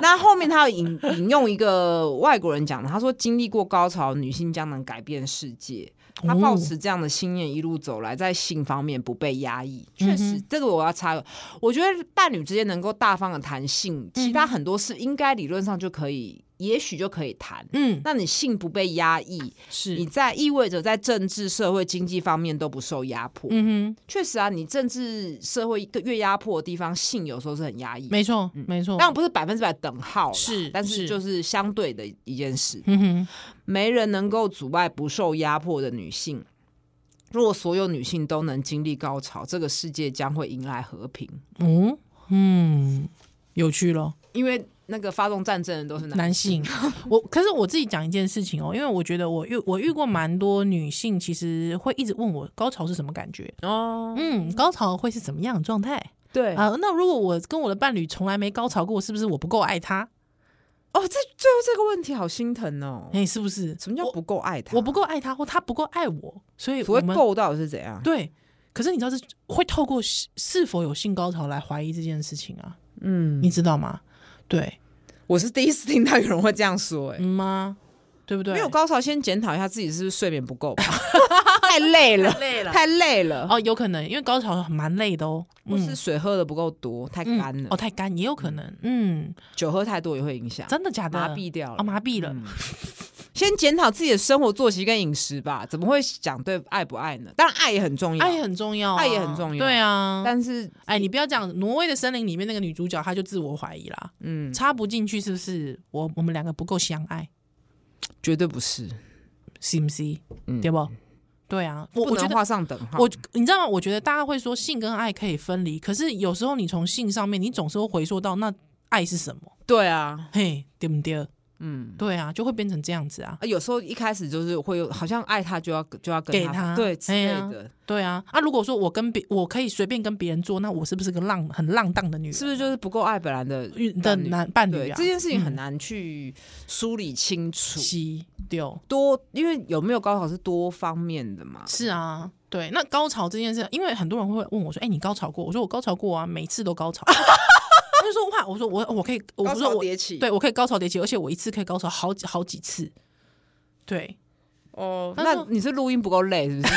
Speaker 2: 那后面他有引引用一个外国人讲的，他说经历过高潮，女性将能改变世界。
Speaker 1: 哦
Speaker 2: 他抱持这样的信念一路走来，在性方面不被压抑，确
Speaker 1: 嗯
Speaker 2: 实
Speaker 1: 哼，
Speaker 2: 这个我要插个，我觉得伴侣之间能够大方的谈性，
Speaker 1: 嗯
Speaker 2: 其他很多事应该理论上就可以，也许就可以谈。
Speaker 1: 嗯，
Speaker 2: 那你性不被压抑，
Speaker 1: 是
Speaker 2: 你在意味着在政治、社会、经济方面都不受压迫。
Speaker 1: 嗯哼，
Speaker 2: 确实啊，你政治社会越压迫的地方，性有时候是很压抑的。
Speaker 1: 没错，没错。
Speaker 2: 当然不是百分之百等号啦，
Speaker 1: 是
Speaker 2: 但
Speaker 1: 是
Speaker 2: 是就是相对的一件事，
Speaker 1: 嗯哼，
Speaker 2: 没人能够阻碍不受压迫的女性。如果所有女性都能经历高潮，这个世界将会迎来和平。
Speaker 1: 嗯嗯，有趣咯。
Speaker 2: 因为那个发动战争的都是男，
Speaker 1: 男性， 我可是我自己讲一件事情哦，因为我觉得我遇我遇过蛮多女性，其实会一直问我高潮是什么感觉，
Speaker 2: 哦，
Speaker 1: 嗯，高潮会是怎么样的状态
Speaker 2: 对，
Speaker 1: 啊？那如果我跟我的伴侣从来没高潮过，是不是我不够爱他？
Speaker 2: 哦，这最后这个问题好心疼哦。
Speaker 1: 哎，是不是？
Speaker 2: 什么叫
Speaker 1: 我
Speaker 2: 不够爱他？
Speaker 1: 我不，够爱他，或他不够爱我，所以
Speaker 2: 所
Speaker 1: 我
Speaker 2: 谓
Speaker 1: 们
Speaker 2: 够到底是怎样？
Speaker 1: 对。可是你知道这会透过是是否有性高潮来怀疑这件事情啊？
Speaker 2: 嗯，
Speaker 1: 你知道吗？对，
Speaker 2: 我是第一次听到有人会这样说、哎、
Speaker 1: 嗯吗？对不对？
Speaker 2: 没有高潮，先检讨一下自己是不是睡眠不够吧。太累了，
Speaker 1: 累了
Speaker 2: 太累了，
Speaker 1: 哦，有可能，因为高潮很蛮累的哦，
Speaker 2: 或是水喝的不够多，太
Speaker 1: 嗯
Speaker 2: 干了
Speaker 1: 哦，，太干也有可能，嗯，
Speaker 2: 酒喝太多也会影响，
Speaker 1: 真的假的？
Speaker 2: 麻痹掉
Speaker 1: 哦，
Speaker 2: 了。嗯
Speaker 1: 麻痹了，
Speaker 2: 先检讨自己的生活作息跟饮食吧，怎么会讲对爱不爱呢？当然爱也很重 要，
Speaker 1: 爱也很重要啊，
Speaker 2: 爱也很重要
Speaker 1: 对啊。
Speaker 2: 但是
Speaker 1: 哎，你不要讲挪威的森林里面那个女主角，她就自我怀疑啦，
Speaker 2: 嗯，
Speaker 1: 插不进去是不是？我我们两个不够相爱，
Speaker 2: 绝对不是，
Speaker 1: 是不是？
Speaker 2: 嗯
Speaker 1: 对不？对啊，我
Speaker 2: 不
Speaker 1: 我觉
Speaker 2: 能
Speaker 1: 得
Speaker 2: 画上等号。
Speaker 1: 我你知道吗？我觉得大家会说性跟爱可以分离，可是有时候你从性上面，你总是会回溯到那爱是什么？
Speaker 2: 对啊，
Speaker 1: 嘿，对不对？
Speaker 2: 嗯。
Speaker 1: 对啊，就会变成这样子啊。
Speaker 2: 啊有时候一开始就是会有，好像爱他就要就要跟
Speaker 1: 给他
Speaker 2: 对之类
Speaker 1: 哎呀
Speaker 2: 的，
Speaker 1: 对啊，啊，如果说我跟别我可以随便跟别人做，那我是不是个浪很浪荡的女人？
Speaker 2: 是不是就是不够爱本来的
Speaker 1: 是的
Speaker 2: 伴侣
Speaker 1: 男伴
Speaker 2: 对
Speaker 1: 侣啊？
Speaker 2: 这件事情很
Speaker 1: 嗯
Speaker 2: 难去梳理清楚，
Speaker 1: 吸丢
Speaker 2: 多因为有没有高潮是多方面的嘛。
Speaker 1: 是啊，对。那高潮这件事，因为很多人会问我说：“哎、你高潮过？”我说：“我高潮过啊，每次都高 潮。”他就说：“哇，我说我我可以，我
Speaker 2: 高
Speaker 1: 不是
Speaker 2: 潮
Speaker 1: 我
Speaker 2: 迭起，
Speaker 1: 对我可以高潮迭起，而且我一次可以高潮好几好几次。”对，
Speaker 2: 哦，
Speaker 1: 他
Speaker 2: 那
Speaker 1: 说
Speaker 2: 你是录音不够累是 不是？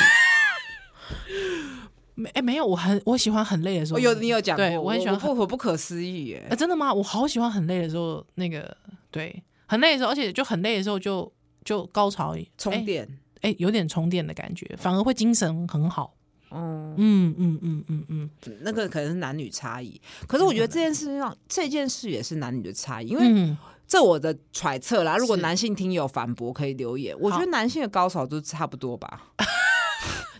Speaker 1: 没哎、没有，我很我喜欢很累的时候，
Speaker 2: 我哦有你有讲过，
Speaker 1: 对我很喜欢
Speaker 2: 不我不可思议耶
Speaker 1: 呃，。真的吗？我好喜欢很累的时候，那个对，很累的时候，而且就很累的时候就就高潮
Speaker 2: 充，电，
Speaker 1: 哎、哎有点充电的感觉，反而会精神很好。
Speaker 2: 哦，
Speaker 1: 嗯嗯嗯嗯嗯，
Speaker 2: 那个可能是男女差异。可是我觉得这件事上，这件事也是男女的差异，因为
Speaker 1: 嗯
Speaker 2: 这我的揣测啦。如果
Speaker 1: 是
Speaker 2: 男性听友反驳，可以留言。我觉得男性的高潮都差不多吧，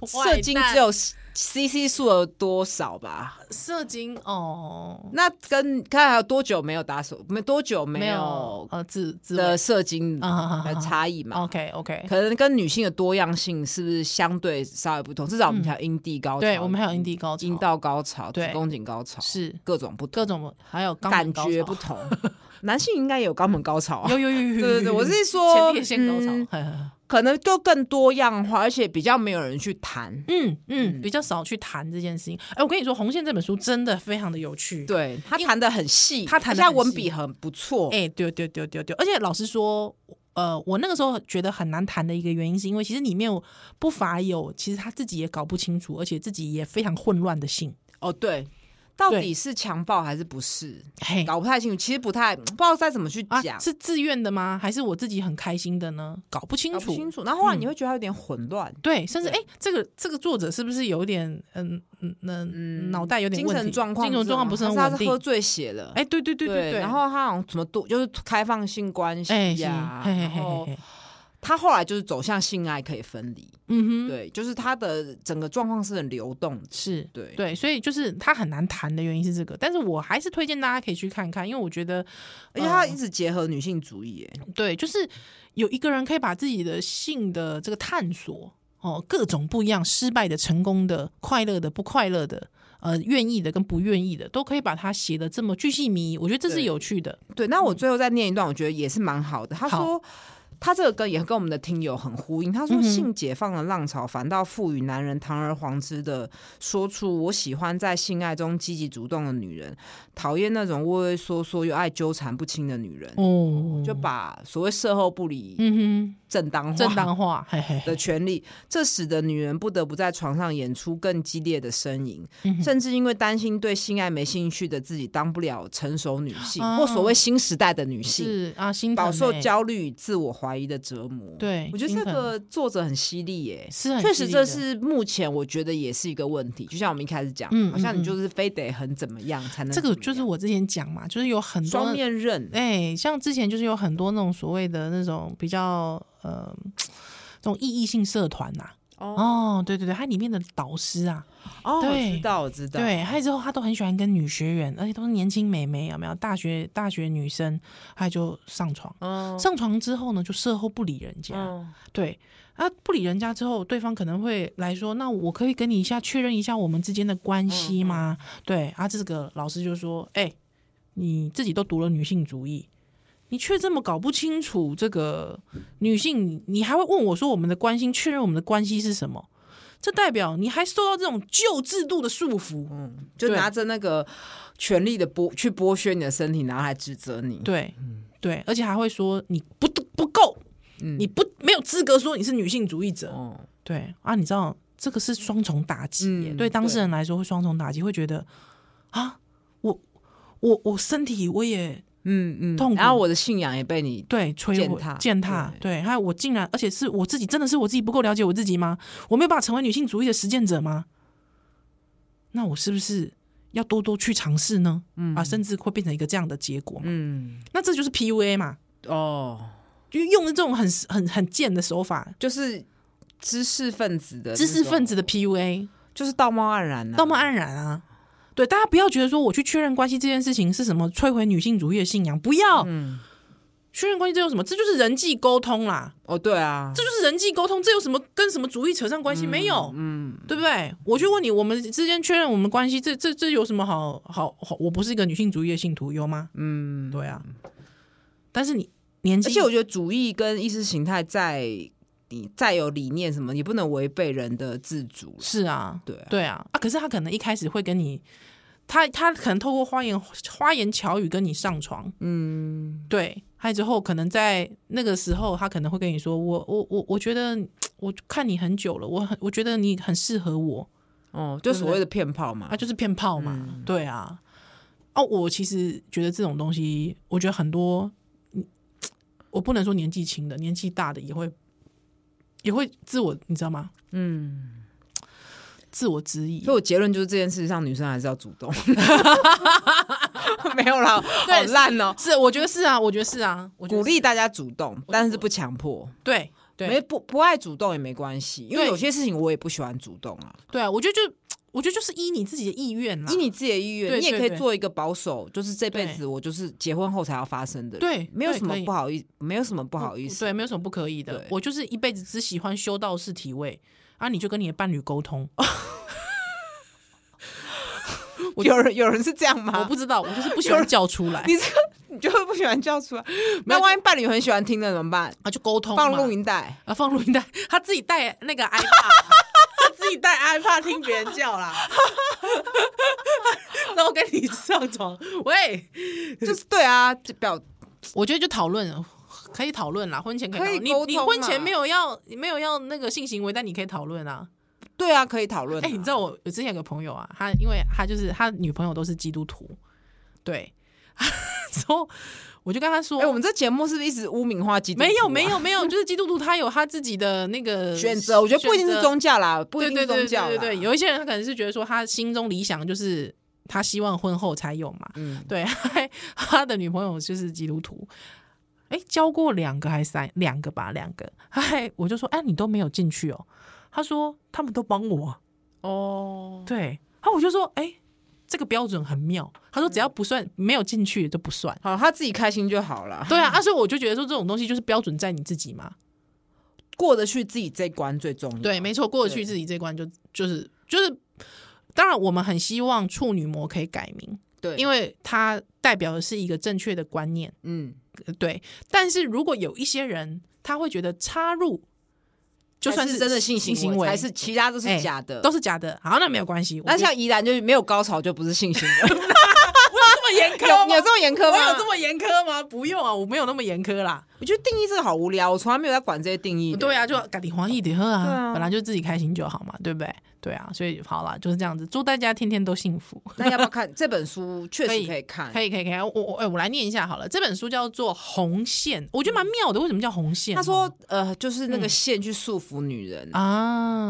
Speaker 2: 射精只有 CC 数有多少吧？
Speaker 1: 射精哦，
Speaker 2: 那跟看还有多久没有打手，没多久没有
Speaker 1: 呃自自
Speaker 2: 的射精
Speaker 1: 啊哈哈哈
Speaker 2: 的差异嘛？
Speaker 1: OK OK，
Speaker 2: 可能跟女性的多样性是不是相对稍微不同？至少我们还有阴蒂高潮，
Speaker 1: 嗯对我们还有阴蒂高潮
Speaker 2: 阴道高潮、子
Speaker 1: 对
Speaker 2: 宫颈高潮，
Speaker 1: 是
Speaker 2: 各种不同，
Speaker 1: 各种还有肛
Speaker 2: 感
Speaker 1: 门高
Speaker 2: 觉
Speaker 1: 潮
Speaker 2: 不同。 男性应该也有肛门高潮啊
Speaker 1: 有，有有有有，
Speaker 2: 对对对，
Speaker 1: 有
Speaker 2: 我
Speaker 1: 有
Speaker 2: 是
Speaker 1: 前
Speaker 2: 说
Speaker 1: 列腺高潮，
Speaker 2: 嗯
Speaker 1: 嘿嘿嘿
Speaker 2: 可能就更多样化，而且比较没有人去谈。
Speaker 1: 嗯嗯，比较少去谈这件事情。哎，我跟你说，《红线》这本书真的非常的有趣，
Speaker 2: 对他谈的很细，
Speaker 1: 他谈得
Speaker 2: 而且
Speaker 1: 很
Speaker 2: 文
Speaker 1: 细
Speaker 2: 笔很不错。
Speaker 1: 哎、对对对对对，而且老实说，呃，我那个时候觉得很难谈的一个原因，是因为其实里面有不乏有，其实他自己也搞不清楚，而且自己也非常混乱的性。
Speaker 2: 哦，对，到
Speaker 1: 对
Speaker 2: 底是强暴还是不是，
Speaker 1: 嘿，
Speaker 2: 搞不太清楚。其实不太不知道该怎么去
Speaker 1: 啊，
Speaker 2: 讲，
Speaker 1: 是自愿的吗？还是我自己很开心的呢？搞不清
Speaker 2: 搞
Speaker 1: 楚。
Speaker 2: 不清楚。然后后来
Speaker 1: 嗯
Speaker 2: 你会觉得他有点混乱。
Speaker 1: 对，甚至哎、
Speaker 2: 对
Speaker 1: 诶这个这个作者是不是有一点嗯嗯嗯脑袋有点
Speaker 2: 精
Speaker 1: 问题
Speaker 2: 神状况不
Speaker 1: 精神
Speaker 2: 是很好，
Speaker 1: 状况不是很
Speaker 2: 他
Speaker 1: 稳
Speaker 2: 是
Speaker 1: 定
Speaker 2: 喝？醉血了。
Speaker 1: 哎、对对对对对，
Speaker 2: 然后他好像什么多，就是开放性关系
Speaker 1: 哎、是
Speaker 2: 呀、
Speaker 1: 嘿嘿
Speaker 2: 然
Speaker 1: 嘿嘿
Speaker 2: 后
Speaker 1: 嘿，
Speaker 2: 他后来就是走向性爱可以分离，
Speaker 1: 嗯哼，
Speaker 2: 对，就是他的整个状况是很流动的。
Speaker 1: 是
Speaker 2: 对
Speaker 1: 对，所以就是它很难谈的原因是这个，但是我还是推荐大家可以去看看，因为我觉得，呃
Speaker 2: 而且他一
Speaker 1: 嗯
Speaker 2: 直结合女性主义耶，
Speaker 1: 对，就是有一个人可以把自己的性的这个探索哦，各种不一样，失败的、成功的、快乐的、不快乐的，呃，愿意的跟不愿意的，都可以把它写的这么巨细靡遗，我觉得这是
Speaker 2: 对
Speaker 1: 有趣的。
Speaker 2: 对。那我
Speaker 1: 嗯
Speaker 2: 最后再念一段，我觉得也是蛮好的。他说。他这个跟也跟我们的听友很呼应。他说，
Speaker 1: 嗯哼
Speaker 2: 性解放的浪潮反倒赋予男人堂而皇之的说出“我喜欢在性爱中积极主动的女人，讨厌那种畏畏缩缩又爱纠缠不清的女人”。
Speaker 1: 哦，
Speaker 2: 嗯就把所谓售后不理
Speaker 1: 嗯
Speaker 2: 正当化
Speaker 1: 哼，正当化，嘿嘿，嘿
Speaker 2: 的权利，这使得女人不得不在床上演出更激烈的呻吟，
Speaker 1: 嗯哼
Speaker 2: 甚至因为担心对性爱没兴趣的自己当不了成熟女性，
Speaker 1: 啊
Speaker 2: 或所谓新时代的女性，
Speaker 1: 是啊，心
Speaker 2: 饱
Speaker 1: 疼
Speaker 2: 受
Speaker 1: 欸
Speaker 2: 焦虑与自我怀疑的折磨。，
Speaker 1: 对，
Speaker 2: 我觉得
Speaker 1: 心
Speaker 2: 这
Speaker 1: 疼
Speaker 2: 个作者很犀利耶、
Speaker 1: 是很
Speaker 2: 确
Speaker 1: 犀
Speaker 2: 实，
Speaker 1: 利
Speaker 2: 这
Speaker 1: 的
Speaker 2: 是目前我觉得也是一个问题。就像我们一开始讲，
Speaker 1: 嗯
Speaker 2: 好像
Speaker 1: 嗯
Speaker 2: 你就是非得很怎么样才能
Speaker 1: 这
Speaker 2: 怎
Speaker 1: 个
Speaker 2: 么
Speaker 1: 就是
Speaker 2: 样
Speaker 1: 我之前讲嘛，就是有很多
Speaker 2: 双面刃，
Speaker 1: 哎、像之前就是有很多那种所谓的那种比较呃，这种意义性社团呐、哦，对对对，它里面的导师啊，
Speaker 2: 哦，我
Speaker 1: 对
Speaker 2: 知道，我知道，
Speaker 1: 对，还有之后他都很喜欢跟女学员，而且都是年轻美眉，有没有？大学大学女生，她就上床，
Speaker 2: 嗯，
Speaker 1: 上床之后呢，就事后不理人家，
Speaker 2: 嗯
Speaker 1: 对，啊，不理人家之后，对方可能会来说，那我可以跟你一下确认一下我们之间的关系
Speaker 2: 嗯
Speaker 1: 吗？对，啊，这个老师就说，哎、你自己都读了女性主义，你却这么搞不清楚这个女性，你还会问我说我们的关心确认我们的关系是什么？这代表你还受到这种旧制度的束
Speaker 2: 嗯
Speaker 1: 缚，
Speaker 2: 就
Speaker 1: 对
Speaker 2: 拿着那个权力的剥去剥削你的身体，然后来指责你。
Speaker 1: 对，对，而且还会说你不不够，你不没有资格说你是女性主义者，
Speaker 2: 哦，
Speaker 1: 对啊，你知道这个是双重打击耶、
Speaker 2: 嗯
Speaker 1: 对当事人来说会双重打击，会觉得啊，我我我身体我也
Speaker 2: 嗯嗯
Speaker 1: 痛苦
Speaker 2: 然后我的信仰也被你
Speaker 1: 对摧
Speaker 2: 践
Speaker 1: 毁
Speaker 2: 踏
Speaker 1: 践踏，对，还有我竟然，而且是我自己，真的是我自己不够了解我自己吗？我没有办法成为女性主义的实践者吗？那我是不是要多多去尝试呢？嗯啊，甚至会变成一个这样的结果嘛？
Speaker 2: 嗯
Speaker 1: 那这就是 PUA 嘛，
Speaker 2: 哦，
Speaker 1: 就用这种很很很贱的手法，
Speaker 2: 就是知识分子的
Speaker 1: 知
Speaker 2: 呃那
Speaker 1: 识
Speaker 2: 种
Speaker 1: 分子的 PUA，
Speaker 2: 就是道貌岸然啊，
Speaker 1: 道貌岸然啊。对，大家不要觉得说我去确认关系这件事情是什么摧毁女性主义的信仰，不要。
Speaker 2: 嗯
Speaker 1: 确认关系这有什么？这就是人际沟通啦，
Speaker 2: 哦，对啊，
Speaker 1: 这就是人际沟通，这有什么跟什么主义扯上关系？没有，
Speaker 2: 嗯
Speaker 1: 对不对？我去问你，我们之间确认我们关系，这这这有什么好好好？我不是一个女性主义的信徒，有吗？
Speaker 2: 嗯，
Speaker 1: 对啊，但是你年纪，
Speaker 2: 而且我觉得主义跟意识形态在你再有理念什么，也不能违背人的自主了。
Speaker 1: 是啊，
Speaker 2: 对啊
Speaker 1: 对啊啊！可是他可能一开始会跟你，他他可能透过花言花言巧语跟你上床，
Speaker 2: 嗯，
Speaker 1: 对，还有之后可能在那个时候，他可能会跟你说，我我我我觉得我看你很久了，我很我觉得你很适合我，
Speaker 2: 哦，就所谓的骗炮嘛
Speaker 1: 啊，，就是骗炮嘛，
Speaker 2: 嗯
Speaker 1: 对啊。哦，我其实觉得这种东西，我觉得很多，嗯我不能说年纪轻的，年纪大的也会也会自我，你知道吗？
Speaker 2: 嗯，
Speaker 1: 自我质疑
Speaker 2: 所以，我结论就是这件事上，女生还是要主 动。 没有啦，好烂哦、
Speaker 1: 是，我觉得是啊，我觉得是啊，我觉得
Speaker 2: 鼓
Speaker 1: 是
Speaker 2: 励大家主动，但是不强迫，
Speaker 1: 对对
Speaker 2: 没不不爱主动也没关系，因为
Speaker 1: 对
Speaker 2: 有些事情我也不喜欢主动啊，
Speaker 1: 对啊，我觉得就我觉得就是依你自己的意愿啦，
Speaker 2: 以你自己的意愿，
Speaker 1: 对
Speaker 2: 你也
Speaker 1: 对
Speaker 2: 可以
Speaker 1: 对
Speaker 2: 做一个保守，就是这辈
Speaker 1: 对
Speaker 2: 子我就是结婚后才要发生的人，
Speaker 1: 对
Speaker 2: 没有
Speaker 1: 对
Speaker 2: 什么
Speaker 1: 可以
Speaker 2: 不好意思，没有什么不
Speaker 1: 不
Speaker 2: 好意思，
Speaker 1: 对，没有什么不可以的
Speaker 2: 对。
Speaker 1: 我就是一辈子只喜欢修道士体位，啊，你就跟你的伴侣沟 通。
Speaker 2: 有人有人是这样吗？
Speaker 1: 我不知道，我就是不喜欢叫出来
Speaker 2: 你这个你就会不喜欢叫 出来。那万一伴侣很喜欢听的怎么办？
Speaker 1: 啊，就沟通
Speaker 2: 放
Speaker 1: 嘛
Speaker 2: 录音带，
Speaker 1: 啊，放录音带，他自己带那个 iPad，他自己带 iPad 听别人叫啦。然后跟你上床，喂，
Speaker 2: 就是对啊，就表
Speaker 1: 我觉得就讨论。可以讨论啦，婚前可以讨
Speaker 2: 可以
Speaker 1: 论。你
Speaker 2: 沟
Speaker 1: 你
Speaker 2: 通
Speaker 1: 婚
Speaker 2: 嘛
Speaker 1: 前没有要没有要那个性行为，但你可以讨论啊。
Speaker 2: 对啊，可以讨论啊。
Speaker 1: 哎、你知道我我之前有个朋友啊，他因为他就是他女朋友都是基督徒，对， 然后我就跟他说，
Speaker 2: 哎，我们这节目是不是一直污名化基督徒啊？
Speaker 1: 没有没有没有，就是基督徒他有他自己的那个
Speaker 2: 选择，我觉得不一定
Speaker 1: 呃
Speaker 2: 是
Speaker 1: 选择
Speaker 2: 宗教啦，不一
Speaker 1: 对
Speaker 2: 定
Speaker 1: 对
Speaker 2: 是宗
Speaker 1: 对对
Speaker 2: 教啦
Speaker 1: 对对，有一些人他可能是觉得说他心中理想就是他希望婚后才有嘛，
Speaker 2: 嗯
Speaker 1: 对， 他的女朋友就是基督徒。哎，教过两个还是三两个吧，两个。 哎，我就说，哎，你都没有进去哦。他说他们都帮我啊、
Speaker 2: 哦，
Speaker 1: 对，然后我就说，哎、这个标准很妙。他说只要不算没有进去就不算。
Speaker 2: 好，他自己开心就好了，
Speaker 1: 对啊，啊，所以我就觉得说这种东西就是标准在你自己嘛。
Speaker 2: 过得去自己这关最重要。
Speaker 1: 嗯对，没错，过得去自己这关就就是就是，当然我们很希望处女膜可以改名，
Speaker 2: 对，
Speaker 1: 因
Speaker 2: 为
Speaker 1: 为它代表的是一个正确的观念。
Speaker 2: 嗯，
Speaker 1: 呃对，但是如果有一些人他会觉得插入就算
Speaker 2: 才
Speaker 1: 是
Speaker 2: 真的性
Speaker 1: 行
Speaker 2: 行
Speaker 1: 为，
Speaker 2: 还是其他都
Speaker 1: 哎
Speaker 2: 是假的
Speaker 1: 都。是假的，好，那没有关系。我
Speaker 2: 那
Speaker 1: 觉得
Speaker 2: 像怡然就没有高潮就不是性行 为，
Speaker 1: 这么严苛
Speaker 2: 有啊
Speaker 1: 吗
Speaker 2: 有这么严苛
Speaker 1: 我
Speaker 2: 吗？
Speaker 1: 有这么严苛吗？不用啊，我没有那么严苛啦。
Speaker 2: 我觉得定义这个好无聊，我从来没有在管这些定义的。
Speaker 1: 对啊，就赶紧欢喜点喝啊，
Speaker 2: 对啊
Speaker 1: 本来就自己开心就好嘛，对不对？对啊，所以好啦，就是这样子，祝大家天天都幸福。
Speaker 2: 那要不要看这本书？确
Speaker 1: 可
Speaker 2: 实
Speaker 1: 以
Speaker 2: 可以看，
Speaker 1: 可以可以可以，我我哎，我来念一下好了。这本书叫做《红线》，我觉得蛮妙的。为什么叫红线呢？哦
Speaker 2: 他说，呃，就是那个线去束缚女人。
Speaker 1: 嗯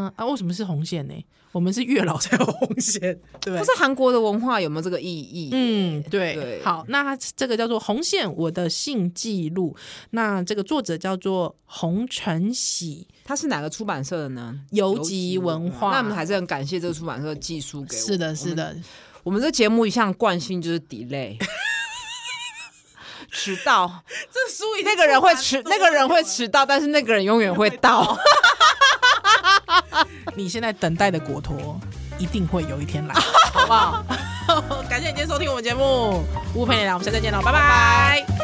Speaker 1: 啊啊，为什么是红线呢？我们是月老才有红线，对不对
Speaker 2: 不是？韩国的文化有没有这个意义？
Speaker 1: 嗯，对，
Speaker 2: 对
Speaker 1: 好，那它这个叫做《红线》，我的性记录。那这个作者叫做洪晨喜，
Speaker 2: 它是哪个出版社的呢？
Speaker 1: 游击文化
Speaker 2: 那我们还是很感谢这个出版社寄书给我。
Speaker 1: 是的，是
Speaker 2: 我们。
Speaker 1: 的，
Speaker 2: 我们这节目一向惯性就是 delay，迟 到。
Speaker 1: 这书已
Speaker 2: 那个人会迟，那个人会迟到，但是那个人永远会到。
Speaker 1: 你现在等待的果陀一定会有一天来， 好不好？感谢你今天收听我们节目，乌佩聊，我们下次再见喽，拜拜